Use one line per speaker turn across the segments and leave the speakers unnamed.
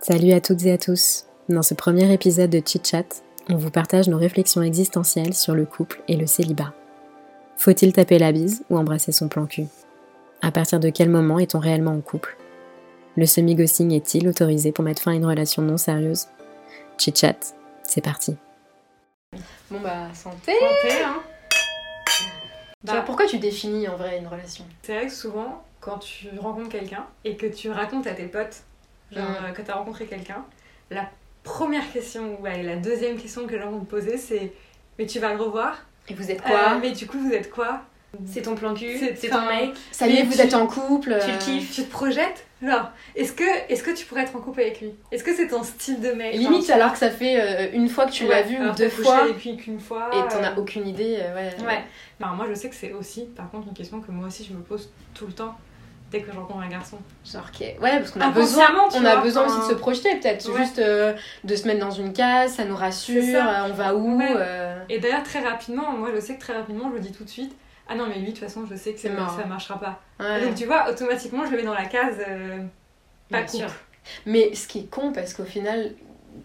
Salut à toutes et à tous. Dans ce premier épisode de Chit Chat, on vous partage nos réflexions existentielles sur le couple et le célibat. Faut-il taper la bise ou embrasser son plan cul À partir de quel moment est-on réellement en couple Le semi-ghosting est-il autorisé pour mettre fin à une relation non sérieuse Chit Chat, c'est parti.
Bon bah santé
Santé, hein.
Tu
Bah.
vois, Pourquoi tu définis en vrai une relation
C'est vrai que souvent, quand tu rencontres quelqu'un et que tu racontes à tes potes, genre
Mm.
euh, que t'as rencontré quelqu'un, la première question ou allez, la deuxième question que les gens vont te poser, c'est Mais tu vas le revoir
Et vous êtes
Euh,
quoi
Mais du coup, vous êtes quoi
C'est ton plan cul
c'est-
C'est ton
enfin,
mec Ça y est,
mais
vous
tu-
êtes en couple
Tu
euh,
le kiffes Tu te projettes Genre, est-ce que, est que tu pourrais être en couple avec lui Est-ce que c'est ton style de mec
Et Limite alors que ça fait euh, une fois que tu l'as
Ouais,
vu ou
alors
deux
t'as couché
fois
avec lui qu'une fois.
et t'en as
euh,
aucune idée, euh, ouais.
Ouais. Enfin, Bah, moi, je sais que c'est aussi, par contre, une question que moi aussi je me pose tout le temps dès que je rencontre un garçon.
Genre que- ouais parce qu'on a
Inconsciemment,
besoin,
tu
on a
vois,
besoin
enfin,
aussi de se projeter peut-être,
ouais.
juste euh, de se mettre dans une case, ça nous
C'est
rassure,
ça.
euh, on va où
Ouais.
euh,
Et d'ailleurs, très rapidement, moi je sais que très rapidement, je le dis tout de suite. Ah non, mais lui, de toute façon, je sais que
C'est
c'est-
mort.
ça marchera pas.
ouais.
Donc tu vois, automatiquement, je le mets dans la case euh, pas
Bien
couple.
sûr. Mais ce qui est con, parce qu'au final,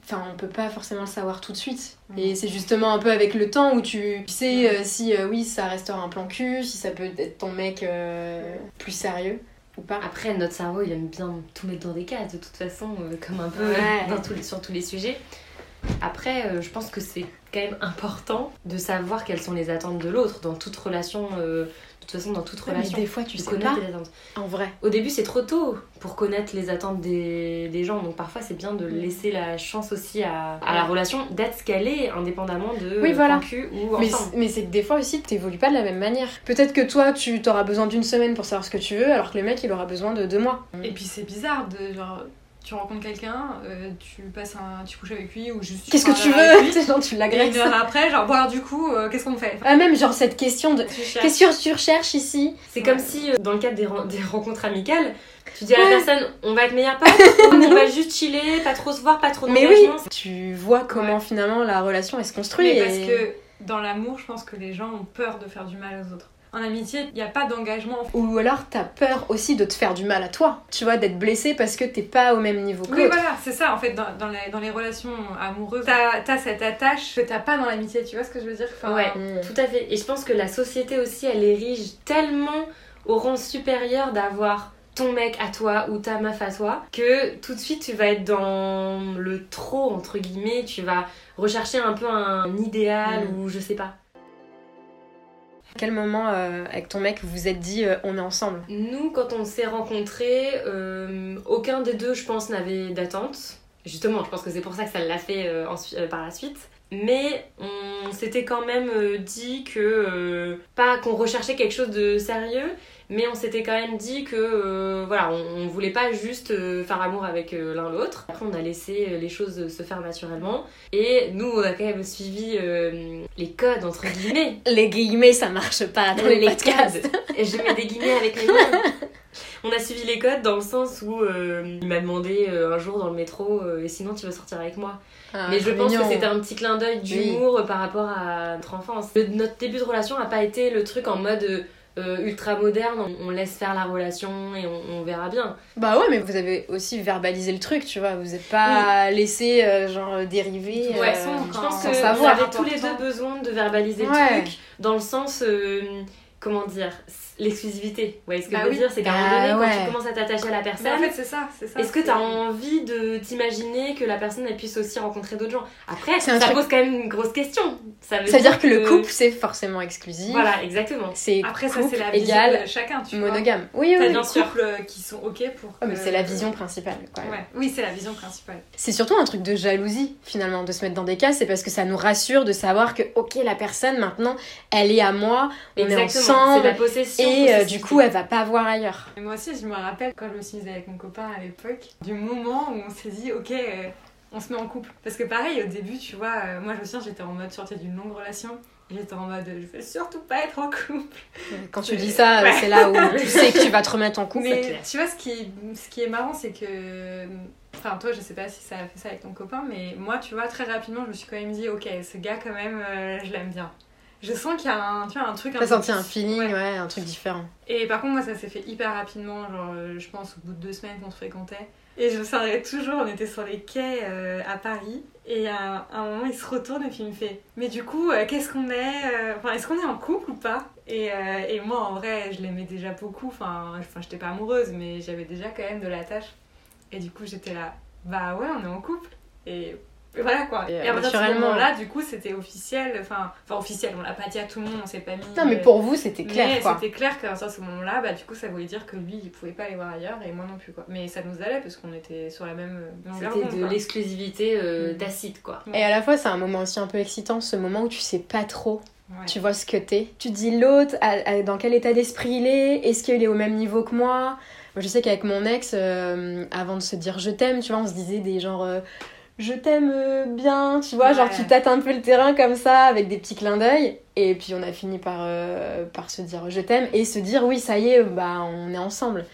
enfin, on peut pas forcément le savoir tout de suite.
Mm.
Et c'est justement un peu avec le temps où tu sais euh, si euh, oui, ça restera un plan cul, si ça peut être ton mec euh, plus sérieux ou pas.
Après, notre cerveau, il aime bien tout mettre dans des cases, de toute façon, euh, comme un peu
Ouais.
dans tous les- sur tous les sujets. Après, euh, je pense que c'est quand même important de savoir quelles sont les attentes de l'autre dans toute relation. euh, de toute façon, dans toute
Ouais, mais
relation,
des fois, tu
tu
sais
connais
pas.
les attentes.
En vrai.
Au début, c'est trop tôt pour connaître les attentes des, des gens. Donc parfois, c'est bien de
Mm.
laisser la chance aussi à, à la relation d'être ce qu'elle est, indépendamment de
Oui,
euh,
voilà.
plan cul ou
Mais,
ensemble.
c'est- mais c'est que des fois aussi, t'évolues pas de la même manière. Peut-être que toi, tu t'auras besoin d'une semaine pour savoir ce que tu veux, alors que le mec, il aura besoin de deux mois.
Et puis c'est bizarre de genre, tu rencontres quelqu'un, euh, tu passes un, tu couches avec lui ou juste. tu
Qu'est-ce que
parles
tu
avec
veux
lui,
C'est genre, tu
Et
l'agresses.
une heure après, genre, bon alors du coup, euh, qu'est-ce qu'on fait Enfin,
Ah, même genre cette question de.
tu cherches.
Qu'est-ce que tu recherches ici
C'est comme si, euh, dans le cadre des, ren- des rencontres amicales, tu dis à
Ouais.
la personne on va être meilleur pote, on va juste chiller, pas trop se voir, pas trop
Mais oui
d'engagement.
Tu vois comment
Ouais.
finalement la relation elle se construit.
Mais
et-
parce que dans l'amour, je pense que les gens ont peur de faire du mal aux autres. En amitié, il n'y a pas d'engagement.
Ou alors t'as peur aussi de te faire du mal à toi, tu vois, d'être blessé parce que t'es pas au même niveau que
Oui,
l'autre.
voilà, c'est ça en fait, dans, dans les, dans les relations amoureuses, t'as t'as cette attache que t'as pas dans l'amitié, tu vois ce que je veux dire Enfin,
Ouais.
Mm.
Tout à fait. Et je pense que la société aussi, elle érige tellement au rang supérieur d'avoir ton mec à toi ou ta meuf à toi que tout de suite tu vas être dans le trop entre guillemets, tu vas rechercher un peu un idéal
Mm.
ou je sais pas.
À quel moment euh, avec ton mec vous vous êtes dit euh, on est ensemble
Nous, quand on s'est rencontrés, euh, aucun des deux, je pense, n'avait d'attente. Justement, je pense que c'est pour ça que ça l'a fait euh, ensuite, euh, par la suite. Mais on s'était quand même euh, dit que. euh, pas qu'on recherchait quelque chose de sérieux, mais on s'était quand même dit que. euh, voilà, on, on voulait pas juste euh, faire amour avec euh, l'un l'autre. Après, on a laissé euh, les choses se faire naturellement. Et nous, on a quand même suivi euh, les codes, entre guillemets,
Les guillemets ça marche pas dans les, podcasts.
codes. Et je mets des guillemets avec mes mains. On a suivi les codes dans le sens où euh, il m'a demandé euh, un jour dans le métro euh, et sinon tu veux sortir avec moi.
Ah,
Mais je
trop
pense
mignon.
que c'était un petit clin d'œil d'humour euh, par rapport à notre enfance. Le- notre début de relation n'a pas été le truc en mode euh, euh, ultra moderne, on, on laisse faire la relation et on, on verra bien.
Bah ouais, mais vous avez aussi verbalisé le truc, tu vois, vous êtes pas laissé euh, genre dériver.
Ouais,
euh,
sans-
Je pense
Sans
que on
savoir,
avait tous les
important.
deux besoin de verbaliser
Ouais.
le truc dans le sens. euh, Comment dire L'exclusivité. Vous voyez ce que
Bah
je veux
oui.
dire C'est qu'à un
Bah
moment donné, quand
ouais.
tu commences à t'attacher à
Mais
la
en
personne,
fait, c'est ça, c'est ça.
Est-ce que
c'est-
t'as envie de t'imaginer que la personne elle puisse aussi rencontrer d'autres gens Après,
C'est un
ça
truc-
pose quand même une grosse question. Ça veut,
Ça veut dire que le couple c'est forcément exclusif.
Voilà, exactement.
C'est
Après, ça,
couple
c'est la vision
égale
de chacun, tu vois.
monogame. Oui,
T'as
oui.
des
bien sûr.
couples qui sont ok pour.
Oh, mais
que-
c'est la vision principale quoi.
Euh, Ouais. Oui, c'est la vision principale.
C'est surtout un truc de jalousie, finalement, de se mettre dans des cases. C'est parce que ça nous rassure de savoir que, ok, la personne, maintenant, elle est à moi, on est
Exactement. C'est la
ensemble,
possession.
et euh,
possessivité.
du coup, elle va pas voir ailleurs.
Et moi aussi, je me rappelle quand je me suis mise avec mon copain à l'époque, du moment où on s'est dit, ok, euh, on se met en couple. Parce que pareil, au début, tu vois, euh, moi je me souviens, j'étais en mode sortie d'une longue relation. J'étais en mode, je veux surtout pas être en couple.
Quand tu dis ça, euh,
Ouais.
c'est là où tu sais que tu vas te remettre en couple.
Mais
clair.
tu vois, ce qui est, ce qui est marrant, c'est que. Enfin, toi, je sais pas si ça a fait ça avec ton copain, mais moi, tu vois, très rapidement, je me suis quand même dit, ok, ce gars, quand même, euh, je l'aime bien. Je sens qu'il y a un, tu vois, un truc.
T'as
peu
senti un
plus-
feeling,
Ouais.
ouais. un truc différent.
Et par contre, moi, ça s'est fait hyper rapidement. Genre, euh, je pense au bout de deux semaines qu'on se fréquentait. Et je me souviendrai toujours, on était sur les quais euh, à Paris. Et à un moment, il se retourne et puis il me fait Mais du coup, euh, qu'est-ce qu'on est euh, Enfin, est-ce qu'on est en couple ou pas et, euh, et moi, en vrai, je l'aimais déjà beaucoup. Enfin, enfin j'étais pas amoureuse, mais j'avais déjà quand même de l'attache. Et du coup, j'étais là Bah ouais, on est en couple. Et. et voilà quoi.
Et,
Et,
euh,
à partir de ce
naturellement.
moment-là, du coup, c'était officiel. Enfin, enfin, officiel, on l'a pas dit à tout le monde, on s'est pas mis.
Non, mais
euh,
pour vous, c'était
mais
clair, quoi.
c'était clair qu'à ce moment-là, bah, du coup, ça voulait dire que lui, il pouvait pas aller voir ailleurs et moi non plus. Quoi. Mais ça nous allait parce qu'on était sur la même euh, longueur
C'était
d'onde,
de
quoi.
l'exclusivité euh,
Mm.
tacite, quoi.
Et à la fois, c'est un moment aussi un peu excitant, ce moment où tu sais pas trop,
Ouais.
tu vois ce que t'es. Tu te dis l'autre, à- à- dans quel état d'esprit il est, est-ce qu'il est au même niveau que moi Moi, je sais qu'avec mon ex, euh, avant de se dire je t'aime, tu vois, on se disait des genre euh, je t'aime euh, bien, tu vois, genre
Ouais.
tu tâtes un peu le terrain comme ça, avec des petits clins d'œil. Et puis on a fini par, euh, par se dire je t'aime et se dire oui, ça y est, bah on est ensemble.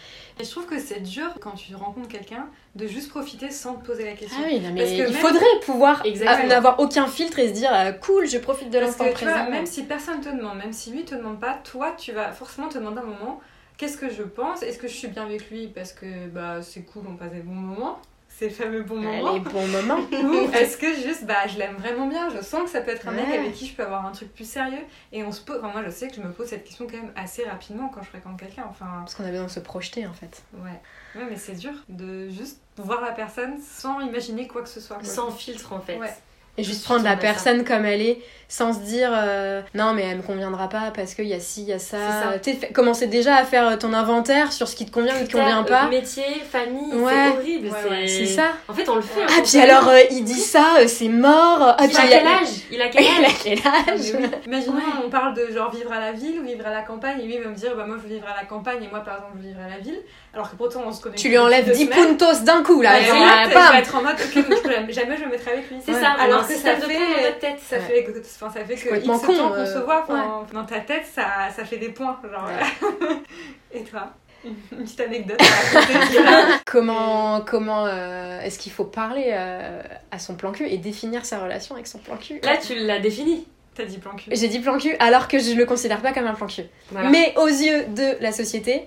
Et je trouve que c'est dur quand tu rencontres quelqu'un de juste profiter sans te poser la question.
Ah oui, non, mais
Parce que
il
même-
faudrait pouvoir
Exactement.
à- n'avoir aucun filtre et se dire euh, cool, je profite de
Parce
l'instant
que tu vois,
présent.
même si personne te demande, même si lui te demande pas, toi tu vas forcément te demander un moment qu'est-ce que je pense Est-ce que je suis bien avec lui parce que bah, c'est cool, on passe des bons moments Ces fameux bons
Ah,
moments
Les bons moments.
Ou est-ce que juste, bah, je l'aime vraiment bien, je sens que ça peut être un mec
Ouais.
avec qui je peux avoir un truc plus sérieux. Et on se pose, enfin, moi je sais que je me pose cette question quand même assez rapidement quand je fréquente quelqu'un. Enfin,
Parce qu'on a besoin de se projeter en fait.
ouais. Ouais, mais c'est dur de juste voir la personne sans imaginer quoi que ce soit. quoi.
Sans filtre, en fait.
Ouais.
Et juste prendre la personne comme elle est, sans se dire euh, non mais elle me conviendra pas parce qu'il y a ci, il y a ça.
C'est ça.
Tu sais, fait- commencer déjà à faire euh, ton inventaire sur ce qui te convient ou te
Putain,
convient
euh,
pas.
Métier, famille,
Ouais.
c'est horrible.
Ouais,
c'est-
ouais,
C'est ça.
En fait, on le
Ah,
fait. hein,
Ah
on
puis
fait.
alors euh, il dit ça, euh, c'est mort. Ah,
Il
puis
a
il y a- Ah,
quel âge Il a quel
Il a
âge
quel
Mais
âge
oui. Imaginons,
Ouais.
on parle de genre vivre à la ville ou vivre à la campagne, et lui il va me dire, bah moi je veux vivre à la campagne, et moi par exemple je veux vivre à la ville, alors que pourtant on se connaît.
Tu
que
lui
depuis
enlèves
deux
10
semaines.
puntos d'un coup là.
Ouais,
genre,
voilà,
ah,
je
bam.
vais être en mode, ok, donc je peux la- jamais je me mettrai avec lui.
C'est
Ouais.
ça,
Alors
alors
que
que
ça
ça
fait-
fait
euh,
dans notre tête.
Ça,
Ouais.
fait, que- enfin, ça fait que X
complètement con,
temps qu'on
euh,
se voit, enfin, dans ta tête, ça, ça fait des points. Genre. Et toi Une petite anecdote à raconter, c'est là.
Comment comment euh, est-ce qu'il faut parler euh, à son plan cul et définir sa relation avec son plan cul
Là, tu l'as défini.
T'as dit plan cul.
J'ai dit plan cul alors que je le considère pas comme un plan cul.
Voilà.
Mais aux yeux de la société,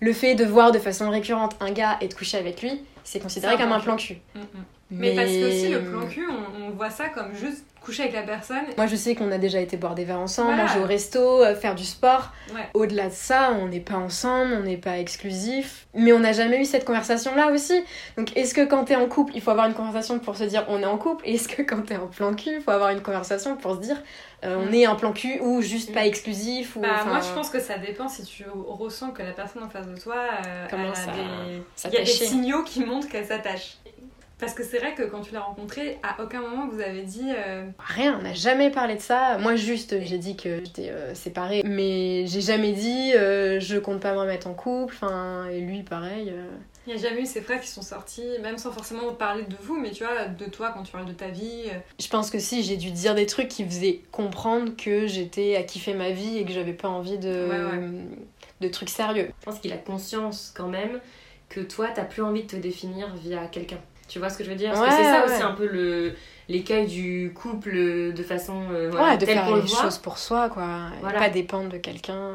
le fait de voir de façon récurrente un gars et de coucher avec lui, c'est considéré
C'est un
comme un plan
plan
cul.
Mm, mm. Mais, parce que aussi, le plan cul, on, on voit ça comme juste coucher avec la personne.
Moi je sais qu'on a déjà été boire des verres ensemble,
Voilà.
manger au resto, euh, faire du sport.
Ouais.
Au-delà de ça, on n'est pas ensemble, on n'est pas exclusif. Mais on n'a jamais eu cette conversation là aussi. Donc est-ce que quand t'es en couple, il faut avoir une conversation pour se dire on est en couple Et Est-ce que quand t'es en plan cul, il faut avoir une conversation pour se dire euh, on
Mm.
est en plan cul ou juste pas
Mm.
exclusif ou,
Bah,
enfin,
moi, je pense que ça dépend si tu ressens que la personne en face de toi euh,
Comment
elle a
ça-
des.
Ah, ça
Il y a des
tâchait.
signaux qui montrent qu'elle s'attache. Parce que c'est vrai que quand tu l'as rencontrée, à aucun moment vous avez dit. euh,
Rien, on n'a jamais parlé de ça. Moi, juste, j'ai dit que j'étais euh, séparée, mais j'ai jamais dit euh, je compte pas me remettre en couple. Enfin, et lui, pareil. euh.
Il n'y a jamais eu ces phrases qui sont sorties, même sans forcément parler de vous, mais tu vois, de toi quand tu parles de ta vie. euh,
Je pense que si, j'ai dû dire des trucs qui faisaient comprendre que j'étais à kiffer ma vie et que j'avais pas envie de,
Ouais,
de trucs sérieux.
Je pense qu'il a conscience quand même que toi, t'as plus envie de te définir via quelqu'un. Tu vois ce que je veux dire Parce que
Ouais,
c'est ça
ouais.
aussi un peu le l'écueil du couple euh, de façon euh,
Ouais,
voilà,
de
telle
faire
qu'on le
les
voit.
choses pour soi, quoi. et
Voilà.
pas dépendre de quelqu'un.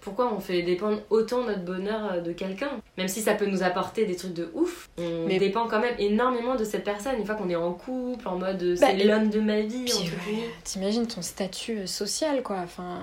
Pourquoi on fait dépendre autant notre bonheur euh, de quelqu'un Même si ça peut nous apporter des trucs de ouf, on
Mais-
dépend quand même énormément de cette personne. Une fois qu'on est en couple, en mode euh,
Bah,
c'est
et-
l'homme de ma vie,
Puis,
entre
ouais,
guillemets.
T'imagines ton statut euh, social, quoi. Enfin,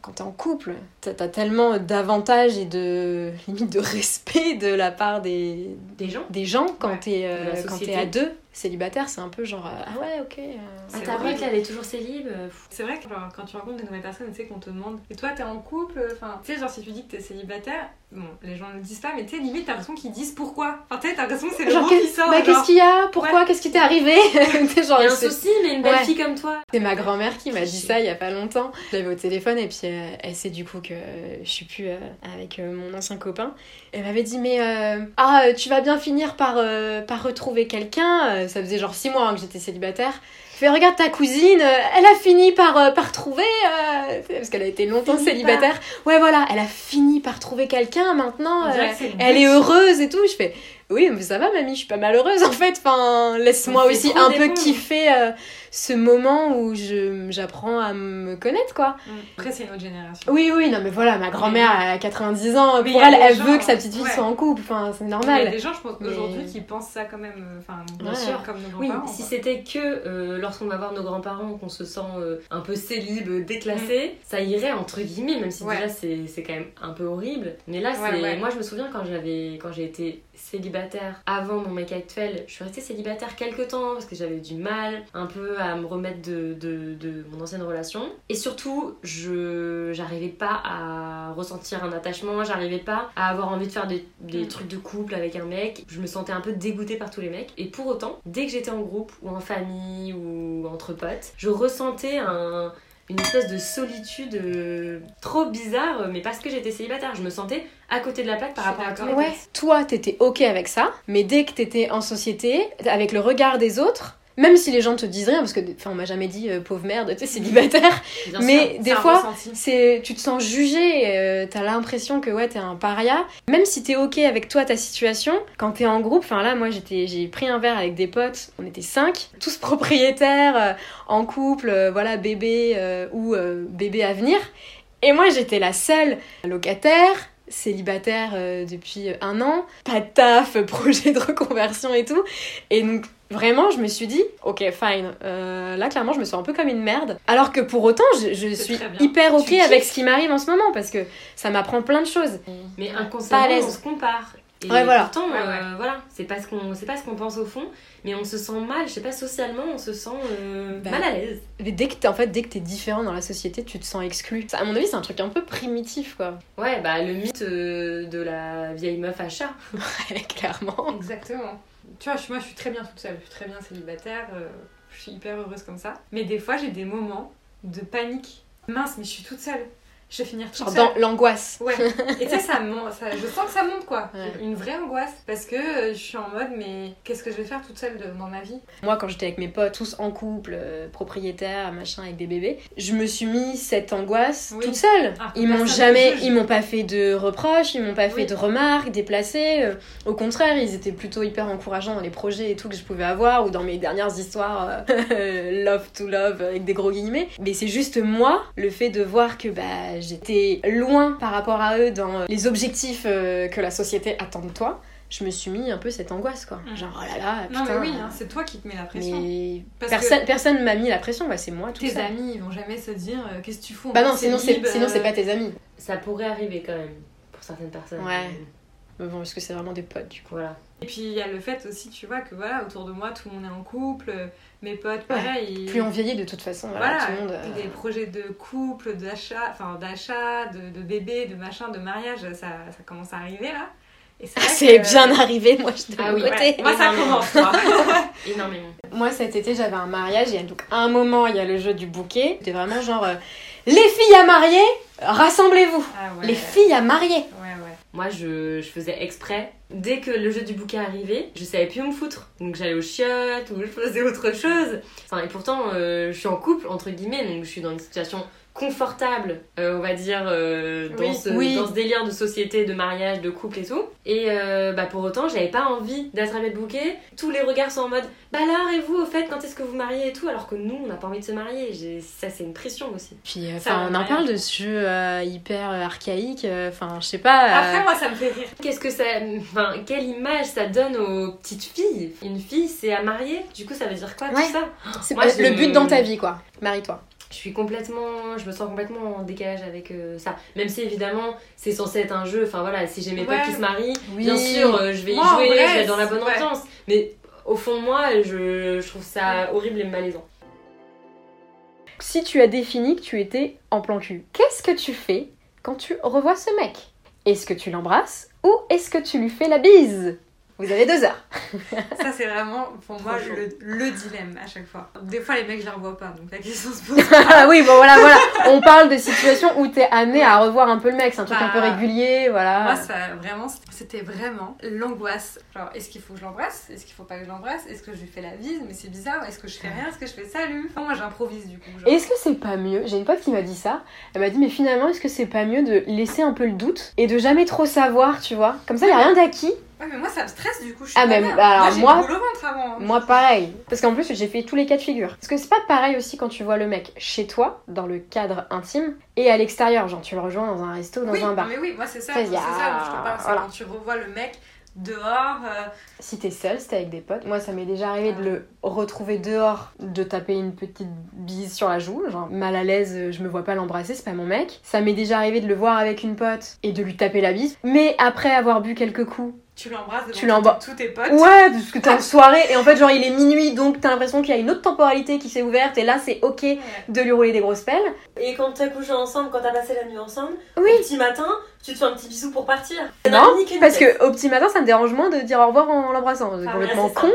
quand t'es en couple, t'as t'as tellement d'avantages et de limite de respect de la part des,
des gens.
des gens quand
Ouais,
t'es euh,
de la
quand
société.
t'es à deux célibataire c'est un peu genre euh, ah ouais ok euh,
Ah,
c'est
ta
horrible.
pote, là, elle est toujours célib. euh, pff.
C'est vrai que genre, quand tu rencontres des nouvelles personnes, tu sais qu'on te demande Et toi, t'es en couple Enfin, Enfin, tu sais, genre si tu dis que t'es célibataire, bon, les gens ne le disent pas, mais tu sais, limite, t'as l'impression qu'ils disent pourquoi. Enfin, tu sais, t'as l'impression que c'est le
Genre,
mot
qu'est-
qui sort.
bah,
genre.
qu'est-ce qu'il y a Pourquoi Qu'est-ce qui t'est arrivé T'es genre,
Il y a un
c'est-
souci, mais une belle
Ouais.
fille comme toi.
C'est ma grand-mère qui m'a dit ça il y a pas longtemps. Je l'avais au téléphone et puis euh, elle sait du coup que euh, je suis plus euh, avec euh, mon ancien copain. Elle m'avait dit mais euh, ah euh, tu vas bien finir par, euh, par retrouver quelqu'un. Euh, Ça faisait genre six mois hein, que j'étais célibataire. Fais regarde ta cousine, euh, elle a fini par, euh, par trouver euh, parce qu'elle a été longtemps
Fini
célibataire. Ouais voilà, elle a fini par trouver quelqu'un maintenant.
On
euh,
dirait que c'est le
elle est
but.
heureuse et tout. Je fais, oui, mais ça va, mamie, je suis pas malheureuse en fait. Enfin, laisse-moi
C'est
aussi
trop
un
des
peu
bons.
kiffer euh, ce moment où je- j'apprends à me connaître, quoi.
Mm. Après, c'est une autre génération.
Oui, oui, non, mais voilà, ma grand-mère elle a 90 ans.
Mais
Pour
y a
elle,
des
elle
gens,
veut que sa petite fille
ouais.
soit en couple. Enfin, c'est
Mais Il y a
normal.
des gens, je pense,
Mais-
aujourd'hui qui pensent ça quand même. euh, Enfin,
Bien
sûr.
comme nos
Oui,
grands-parents.
si
quoi.
c'était que euh, lorsqu'on va voir nos grands-parents qu'on se sent euh, un peu célib, euh, déclassé, ça irait entre guillemets, même si
Mm. Ouais.
déjà c'est c'est quand même un peu horrible. Mais là,
Ouais,
c'est
ouais.
Ben, moi je me souviens quand j'avais quand j'ai été célibataire avant mon mec actuel, je suis restée célibataire quelques temps parce que j'avais du mal un peu à me remettre de, de, de mon ancienne relation. Et surtout, je j'arrivais pas à ressentir un attachement, j'arrivais pas à avoir envie de faire des, des
Mm.
trucs de couple avec un mec. Je me sentais un peu dégoûtée par tous les mecs. Et pour autant, dès que j'étais en groupe ou en famille ou entre potes, je ressentais un, une espèce de solitude euh, trop bizarre, mais parce que j'étais célibataire, je me sentais à côté de la plaque par
Je suis
rapport à tous
d'accord.
les
Ouais.
potes.
Toi, t'étais ok avec ça, mais dès que t'étais en société, avec le regard des autres. Même si les gens te disent rien, parce que enfin, on m'a jamais dit euh, pauvre merde, tu sais, célibataire.
Bien
mais
C'est
des
un
fois,
ressenti.
c'est tu te sens jugé euh, t'as l'impression que ouais t'es un paria même si t'es ok avec toi ta situation quand t'es en groupe enfin là moi j'étais j'ai pris un verre avec des potes on était cinq tous propriétaires euh, en couple euh, voilà bébé euh, ou euh, bébé à venir et moi j'étais la seule locataire célibataire euh, depuis un an pas de taf projet de reconversion et tout et donc Vraiment, je me suis dit, ok, fine. Euh, là, clairement, je me sens un peu comme une merde. Alors que pour autant, je, je suis
très bien.
hyper ok
kiffes.
avec ce qui m'arrive en ce moment parce que ça m'apprend plein de choses.
mais
Pas à
inconsciemment
l'aise.
on se compare et
Ouais, voilà.
pourtant
Ouais, ouais.
euh, voilà c'est pas ce qu'on c'est pas ce qu'on pense au fond mais on se sent mal je sais pas socialement on se sent euh,
Bah.
mal à l'aise
Mais dès que t'es en fait, dès que t'es différent dans la société, tu te sens exclu. Ça, à mon avis, c'est un truc un peu primitif, quoi.
ouais bah le mythe euh, de la vieille meuf à chat
Ouais, Clairement.
Exactement. Tu vois, je- moi je suis très bien toute seule, je suis très bien célibataire, euh, je suis hyper heureuse comme ça. Mais des fois j'ai des moments de panique. Mince, mais je suis toute seule. Je vais finir toute
Genre
seule.
dans l'angoisse.
Ouais. Et tu sais, ça, mon- ça, je sens que ça monte quoi.
Ouais.
Une vraie angoisse. Parce que euh, je suis en mode, mais qu'est-ce que je vais faire toute seule de- dans ma vie
Moi, quand j'étais avec mes potes, tous en couple, euh, propriétaires, machin, avec des bébés, je me suis mis cette angoisse
Oui.
toute seule.
Ah,
ils m'ont
personne
jamais,
te juge.
ils m'ont pas fait de reproches, ils m'ont pas fait
Oui.
de remarques déplacées. euh, Au contraire, ils étaient plutôt hyper encourageants dans les projets et tout que je pouvais avoir ou dans mes dernières histoires euh, love to love avec des gros guillemets. Mais c'est juste moi, le fait de voir que bah j'étais loin par rapport à eux dans euh, les objectifs euh, que la société attend de toi. Je me suis mis un peu cette angoisse quoi.
Mm.
Genre oh là là,
Non,
putain.
mais oui,
euh,
hein, c'est toi qui te mets la pression.
mais
Parce
personne, personne m'a mis la pression, bah, c'est moi
que
tout
tes
ça.
amis, ils vont jamais se dire euh, qu'est-ce que tu fous
Bah non,
encore,
sinon c'est
libre,
sinon c'est
euh,
pas tes amis.
ça pourrait arriver quand même pour certaines personnes
Ouais. Mais Bon, parce que c'est vraiment des potes du coup.
voilà
Et puis il y a le fait aussi, tu vois, que voilà, autour de moi, tout le monde est en couple, euh, mes potes, pareil. ils-
Plus on vieillit de toute façon, voilà,
Voilà,
tout le monde. euh,
des projets de couple, d'achat, enfin d'achat, de, de bébé, de machin, de mariage, ça, ça commence à arriver là. Et
Ah,
vrai
C'est
que-
bien arrivé, moi je suis de
Ah
mon
oui,
côté.
euh, Ouais, moi ça commence, moi.
énormément
Moi cet été j'avais un mariage et donc à un moment il y a le jeu du bouquet. C'était vraiment genre euh, les filles à marier, rassemblez-vous.
Ah ouais.
Les filles à marier.
Ouais, ouais.
Moi, je, je faisais exprès. Dès que le jeu du bouquet arrivait, je savais plus où me foutre. Donc j'allais aux chiottes ou je faisais autre chose. Enfin, et pourtant, euh, je suis en couple, entre guillemets, donc je suis dans une situation confortable, euh, on va dire, euh, dans,
Oui,
ce,
oui.
dans ce délire de société, de mariage, de couple et tout. Et euh, bah, pour autant, j'avais pas envie d'attraper le bouquet. Tous les regards sont en mode Bah là, et vous, au fait, quand est-ce que vous mariez et tout Alors que nous, on n'a pas envie de se marier. J'ai- Ça, c'est une pression aussi.
Puis euh,
Ça,
enfin on en
ouais.
parle de ce jeu euh, hyper archaïque. euh, Enfin je sais pas. euh,
Après moi ça me fait rire.
Qu'est-ce que ça. Enfin, quelle image ça donne aux petites filles Une fille, c'est à marier Du coup, ça veut dire quoi
Ouais.
tout ça
c'est
moi,
pas-
je-
le but dans ta vie quoi. Marie-toi.
Je suis complètement. Je me sens complètement en décalage avec euh, ça. Même si, évidemment, c'est censé être un jeu. Enfin, voilà, si j'ai mes
Ouais.
potes qui se marient,
Oui.
bien sûr, euh, je vais y
Moi, en
jouer,
vrai,
je vais être dans la bonne
ouais.
ambiance. Mais au fond de moi, je, je trouve ça horrible et malaisant.
Si tu as défini que tu étais en plan cul, qu'est-ce que tu fais quand tu revois ce mec Est-ce que tu l'embrasses ou est-ce que tu lui fais la bise Vous avez deux heures.
Ça, c'est vraiment pour moi
Trop chaud.
le, le dilemme à chaque fois. Des fois, les mecs, je les revois pas, donc la question se pose.
Ah oui, bon voilà, voilà. On parle de situations où t'es amené à revoir un peu le mec, c'est un truc
Bah,
un peu régulier, voilà.
Moi, ça, vraiment, c'était vraiment l'angoisse. Genre, est-ce qu'il faut que je l'embrasse Est-ce qu'il faut pas que je l'embrasse Est-ce que je lui fais la bise Mais c'est bizarre. Est-ce que je fais rien Est-ce que je fais salut Enfin, Moi, j'improvise du coup. genre.
Est-ce que c'est pas mieux J'ai une pote qui m'a dit ça. Elle m'a dit, mais finalement, est-ce que c'est pas mieux de laisser un peu le doute et de jamais trop savoir, tu vois Comme ça, il a rien d'acquis.
Ouais, mais moi, ça me stresse du coup. Je suis
Ah,
pas
mais
bien.
bah, alors,
moi,
moi-
j'ai le boule au ventre avant. hein.
Moi, pareil. Parce qu'en plus, j'ai fait tous les cas de figure. Parce que c'est pas pareil aussi quand tu vois le mec chez toi, dans le cadre intime, et à l'extérieur. Genre, tu le rejoins dans un resto, dans
oui,
un
non,
bar.
mais oui, moi, c'est ça.
Ça,
C'est
y a-
ça dont je te parle. C'est
voilà.
quand tu revois le mec dehors. euh,
Si t'es seul, si t'es avec des potes, moi ça m'est déjà arrivé de le retrouver dehors, de taper une petite bise sur la joue, genre mal à l'aise, euh, je me vois pas l'embrasser, c'est pas mon mec. Ça m'est déjà arrivé de le voir avec une pote et de lui taper la bise, mais après avoir bu quelques coups, Ah.
tu l'embrasses devant
Tu l'embrasses.
tous tes potes.
ouais, parce que t'es en soirée et en fait genre il est minuit donc t'as l'impression qu'il y a une autre temporalité qui s'est ouverte et là c'est ok
Euh,
de lui rouler des grosses pelles.
Et quand t'as couché ensemble, quand t'as passé la nuit ensemble,
Oui.
au petit matin, tu te fais un petit bisou pour partir.
Non,
Nique une
Parce
tête.
que au petit matin, ça me dérange moins de dire au revoir en l'embrassant. C'est
Ah,
complètement
ouais, c'est ça.
con.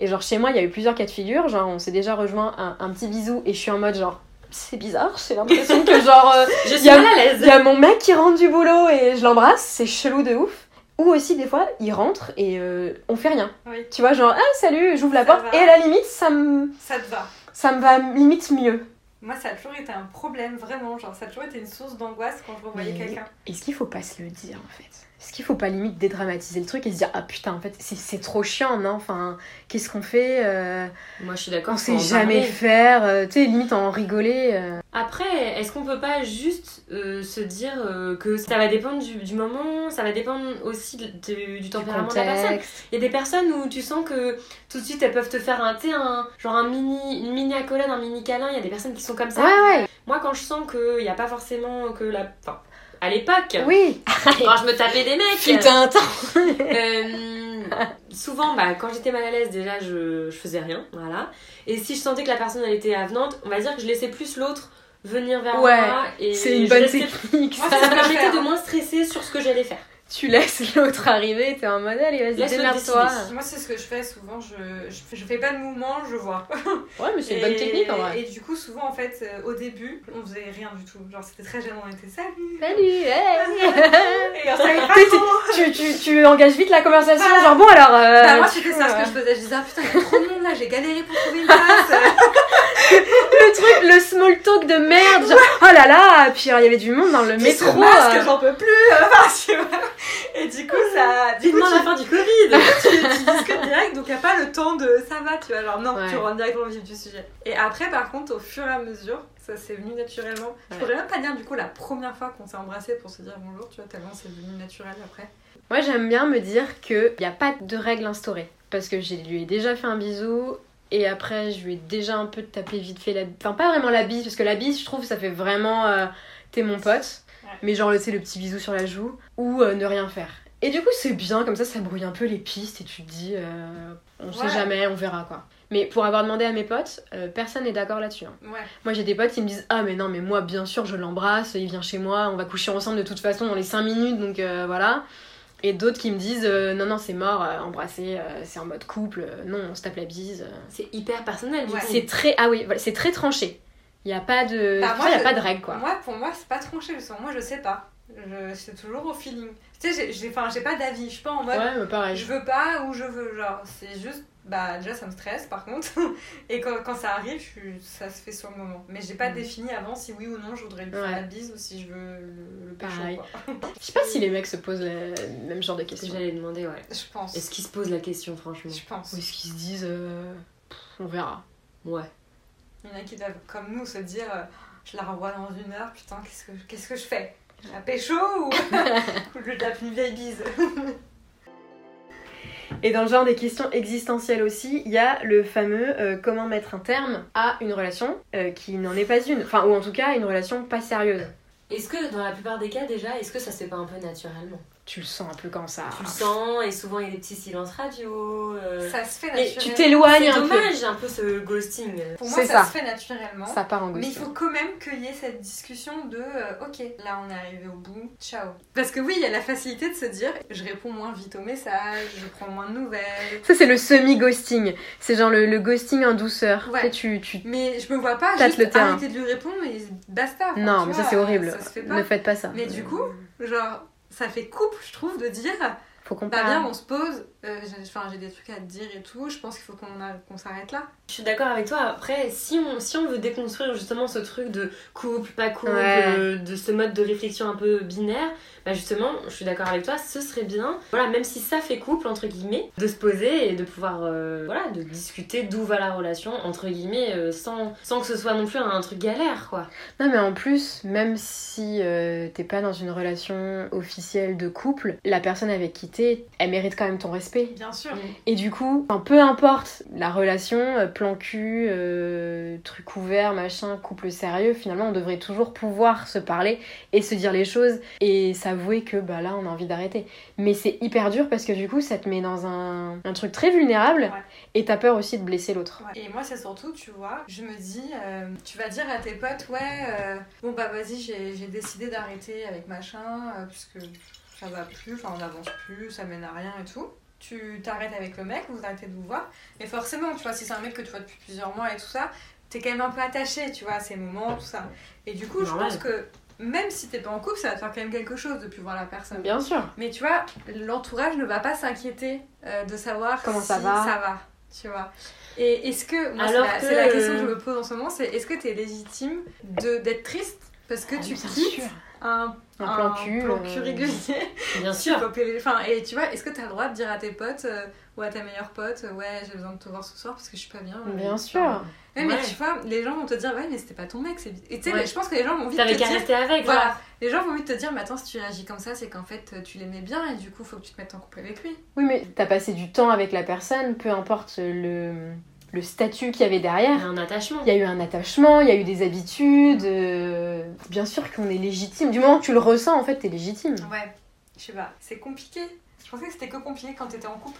Et genre chez moi, il y a eu plusieurs cas de figure. Genre on s'est déjà rejoint un, un petit bisou et je suis en mode genre c'est bizarre. J'ai l'impression que genre euh,
je suis
y a-
mal à
il
l'aise.
y a mon mec qui rentre du boulot et je l'embrasse. C'est chelou de ouf. Ou aussi des fois, il rentre et euh, on fait rien.
Oui.
Tu vois genre ah salut, j'ouvre la
Ça
porte
va.
et à la limite ça me
Ça te va.
ça me va limite mieux.
Moi, ça a toujours été un problème, vraiment. Genre, ça a toujours été une source d'angoisse quand je revoyais
Mais-
quelqu'un.
Est-ce qu'il faut pas se le dire en fait Est-ce qu'il faut pas limite dédramatiser le truc et se dire ah putain en fait c'est- c'est trop chiant non Enfin qu'est-ce qu'on fait euh,
Moi je suis d'accord.
On
faut
sait
en
jamais
parler.
faire, euh, tu sais, limite en rigoler. euh.
Après, est-ce qu'on peut pas juste euh, se dire euh, que ça va dépendre du, du moment, ça va dépendre aussi de- de- du tempérament de la personne Il y a des personnes où tu sens que tout de suite elles peuvent te faire un, tu sais, un genre un mini, une mini accolade, un mini câlin. Il y a des personnes qui sont comme ça.
Ouais,
Moi, quand je sens qu'il n'y a pas forcément que la. Enfin, à l'époque,
ouais, oui.
quand je me tapais des mecs.
attends.
Euh, souvent, bah, quand j'étais mal à l'aise, déjà, je, je faisais rien, voilà. Et si je sentais que la personne, elle était avenante, on va dire que je laissais plus l'autre venir vers
Ouais,
moi. et
C'est une
je
bonne
laissais-
technique. Ah,
Moi,
ça.
c'est ce que
Ça me
je
permettait
fais,
de
hein.
moins stresser sur ce que j'allais faire.
Tu laisses l'autre arriver, t'es en mode allez, vas-y,
Laisse-le
démerde-toi.
décider.
Moi, c'est ce que je fais souvent. Je, je, je fais pas de mouvement, je vois.
Ouais, mais
Et- Et du coup, souvent, en fait, euh, au début, on faisait rien du tout. Genre, c'était très gênant. On était salut.
Salut, hey.
Et on savait pas
T'es- t'es-
trop.
tu, tu, tu engages vite la conversation,
Voilà.
genre bon alors. euh,
Bah, moi,
tu-
c'était ça ce que je faisais. Je disais, ah putain, il y a trop de monde là, j'ai galéré pour trouver une place.
Le truc, le small talk de merde, genre oh là là, puis alors, il y avait du monde dans le
Mais
métro.
trop masque,
euh.
j'en peux plus. Enfin, tu vois. Et du coup, ça. Du coup,
Dites-moi la
tu,
fin du Covid
tu, tu discutes direct, donc y a pas le temps de ça va, tu vois. Alors non,
Ouais.
tu rentres direct dans le vif du sujet. Et après, par contre, au fur et à mesure, ça s'est venu naturellement. Je
Ouais.
pourrais même pas dire du coup la première fois qu'on s'est embrassé pour se dire bonjour, tu vois, tellement c'est venu naturel après.
Moi, j'aime bien me dire qu'il n'y a pas de règle instaurée. Parce que je lui ai déjà fait un bisou. Et après, je lui ai déjà un peu tapé vite fait la... Enfin, pas vraiment la bise, parce que la bise, je trouve, ça fait vraiment... euh, T'es mon pote.
Ouais.
Mais genre, laisser le petit bisou sur la joue. Ou euh, ne rien faire. Et du coup, c'est bien, comme ça, ça brouille un peu les pistes. Et tu te dis, euh, on
Ouais.
sait jamais, on verra, quoi. Mais pour avoir demandé à mes potes, euh, personne n'est d'accord là-dessus. hein.
Ouais.
Moi, j'ai des potes qui me disent Ah, mais non, mais moi, bien sûr, je l'embrasse, il vient chez moi, on va coucher ensemble de toute façon dans les 5 minutes, donc euh, voilà. Et d'autres qui me disent euh, Non, non, c'est mort, euh, embrasser, euh, c'est en mode couple, euh, non, on se tape la bise. euh.
C'est hyper personnel, du
Ouais.
coup.
C'est très. Ah oui, voilà, c'est très tranché. Il n'y a pas de.
Bah,
pour
moi,
ça, il y
je-
a pas de règle, quoi.
Moi, pour moi, c'est pas tranché le son. Moi, je sais pas. Je- C'est toujours au feeling. Tu sais, j'ai- j'ai enfin, j'ai pas d'avis. Je suis pas en mode.
Ouais, mais pareil.
Bah, Je veux pas ou je veux, genre, c'est juste, bah déjà ça me stresse par contre, et quand, quand ça arrive, je suis- ça se fait sur le moment. Mais j'ai pas
Mm.
défini avant si oui ou non je voudrais lui faire
Ouais.
la bise ou si je veux le, le pécho.
Pareil.
quoi.
Je sais pas si les mecs se posent le même genre de
C'est ce que
questions.
j'allais demander, ouais.
Je pense.
Est-ce qu'ils se posent la question, franchement
Je pense.
Ou est-ce qu'ils se disent euh, Pff, On verra.
Ouais.
Il y en a qui doivent, comme nous, se dire, euh, je la revois dans une heure, putain, qu'est-ce que, qu'est-ce que je fais Je la pécho ou, ou je lui tape une vieille bise
Et dans le genre des questions existentielles aussi, il y a le fameux euh, comment mettre un terme à une relation euh, qui n'en est pas une, enfin ou en tout cas une relation pas sérieuse.
Est-ce que dans la plupart des cas déjà, est-ce que ça se fait pas un peu naturellement
Tu le sens un peu comme ça.
Tu le sens et souvent il y a des petits silences radio. euh,
Ça se fait
Mais tu
naturellement.
Tu t'éloignes
C'est
un peu.
dommage un peu ce ghosting.
Pour moi,
C'est ça.
ça, se fait naturellement.
Ça part en
hein. Mais il
ghosting.
faut quand même qu'il y ait cette discussion de euh, ok, là on est arrivé au bout, ciao. Parce que oui, il y a la facilité de se dire je réponds moins vite aux messages, je prends moins de nouvelles.
Ça, c'est le semi-ghosting. C'est genre le, le ghosting en douceur.
Ouais.
Tu sais, Tu, tu-
Mais je me vois pas
Tâte
juste
le terrain.
arrêter de lui répondre et basta. Enfin,
Non,
Ah, tu
mais ça,
vois,
c'est horrible.
Ça se fait
ne
pas.
faites pas ça.
Mais du coup, genre, ça fait couple, je trouve, de dire
faut qu'on
bah
parle.
bien, on se pose, euh, j'ai- enfin, j'ai des trucs à te dire et tout, je pense qu'il faut qu'on a- qu'on s'arrête là.
Je suis d'accord avec toi. Après, si on, si on veut déconstruire justement ce truc de couple, pas couple,
Ouais.
euh, de ce mode de réflexion un peu binaire, bah justement, je suis d'accord avec toi, ce serait bien, voilà, même si ça fait couple, entre guillemets, de se poser et de pouvoir, euh, voilà, de discuter d'où va la relation, entre guillemets, euh, sans, sans que ce soit non plus un truc galère, quoi.
Non, mais en plus, même si euh, t'es pas dans une relation officielle de couple, la personne avec qui t'es, elle mérite quand même ton respect.
Bien sûr.
Et du coup, enfin, peu importe la relation, euh, plan cul, euh, truc ouvert, machin, couple sérieux, finalement, on devrait toujours pouvoir se parler et se dire les choses et s'avouer que bah là, on a envie d'arrêter. Mais c'est hyper dur parce que du coup, ça te met dans un, un truc très vulnérable
Ouais.
et t'as peur aussi de blesser l'autre.
Ouais. Et moi, c'est surtout, tu vois, je me dis, euh, tu vas dire à tes potes, ouais, euh, bon bah vas-y, j'ai j'ai décidé d'arrêter avec machin, euh, puisque ça va plus, enfin on avance plus, ça mène à rien et tout. Tu t'arrêtes avec le mec, vous arrêtez de vous voir. Mais forcément, tu vois, si c'est un mec que tu vois depuis plusieurs mois et tout ça, t'es quand même un peu attaché, tu vois, à ces moments, tout ça. Et du coup, je
Normal.
pense que même si t'es pas en couple, ça va te faire quand même quelque chose de plus voir la personne.
Bien sûr.
Mais tu vois, l'entourage ne va pas s'inquiéter euh, de savoir
Comment
si
ça va.
tu vois. Et est-ce que, moi,
Alors
c'est la-
que,
c'est la, question que je
euh,
me pose en ce moment, c'est est-ce que tu es légitime de- d'être triste parce
Ah,
que
Ah,
tu
Bien
quittes
sûr.
un,
Un, plan cul.
plan
euh,
cul régulier
Bien sûr.
Donc, les- enfin, Et tu vois, est-ce que tu as le droit de dire à tes potes euh, ou à ta meilleure pote, euh, ouais, j'ai besoin de te voir ce soir parce que je suis pas bien euh,
Bien
enfin,
sûr.
ouais, Mais
Ouais.
tu vois, les gens vont te dire, ouais, mais c'était pas ton mec. c'est- Et tu sais,
Ouais.
je pense que les gens vont vite te
T'avais qu'à
dire,
rester avec,
voilà, les gens vont envie de te dire, mais attends, si tu réagis comme ça, c'est qu'en fait, euh, tu l'aimais bien et du coup, faut que tu te mettes en couple avec lui.
Oui, mais t'as passé du temps avec la personne, peu importe le, le statut qu'il y avait derrière.
voilà. Un attachement.
Il y a eu un attachement, il y a eu des habitudes. euh, Bien sûr qu'on est légitime. Du moment que tu le ressens, en fait, t'es légitime.
Ouais, je sais pas, c'est compliqué. Je pensais que c'était que compliqué quand t'étais en couple.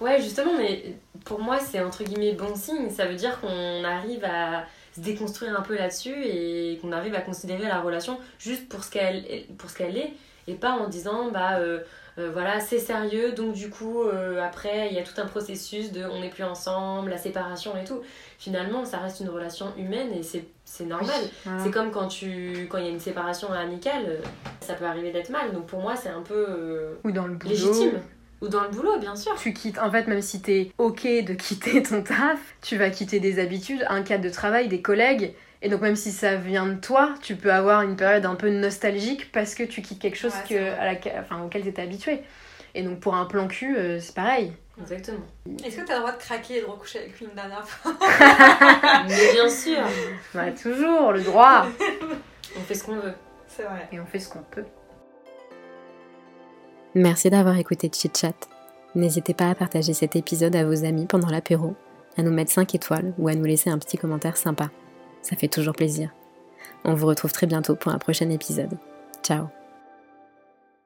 Ouais, justement, mais pour moi, c'est entre guillemets bon signe. Ça veut dire qu'on arrive à se déconstruire un peu là-dessus et qu'on arrive à considérer la relation juste pour ce qu'elle est- pour ce qu'elle est et pas en disant bah euh, euh, voilà c'est sérieux donc du coup euh, après il y a tout un processus de on n'est plus ensemble la séparation et tout finalement ça reste une relation humaine et c'est c'est normal
Voilà.
c'est comme quand tu quand il y a une séparation amicale euh, ça peut arriver d'être mal donc pour moi c'est un peu euh,
Ou dans le boulot.
légitime ou dans le boulot bien sûr
Tu quittes, en fait, même si t'es ok de quitter ton taf, tu vas quitter des habitudes, un cadre de travail, des collègues. Et donc, même si ça vient de toi, tu peux avoir une période un peu nostalgique parce que tu quittes quelque chose
Ouais,
que,
c'est vrai.
à laquelle- enfin, auquel t'étais habitué. Et donc, pour un plan cul, euh, c'est pareil.
exactement
Est-ce que t'as le droit de craquer et de recoucher avec lui une dernière fois
Mais bien sûr,
Bah, toujours le droit
on fait ce qu'on veut.
C'est vrai.
Et on fait ce qu'on peut.
Merci d'avoir écouté Chit Chat. N'hésitez pas à partager cet épisode à vos amis pendant l'apéro, à nous mettre 5 étoiles ou à nous laisser un petit commentaire sympa. Ça fait toujours plaisir. On vous retrouve très bientôt pour un prochain épisode. Ciao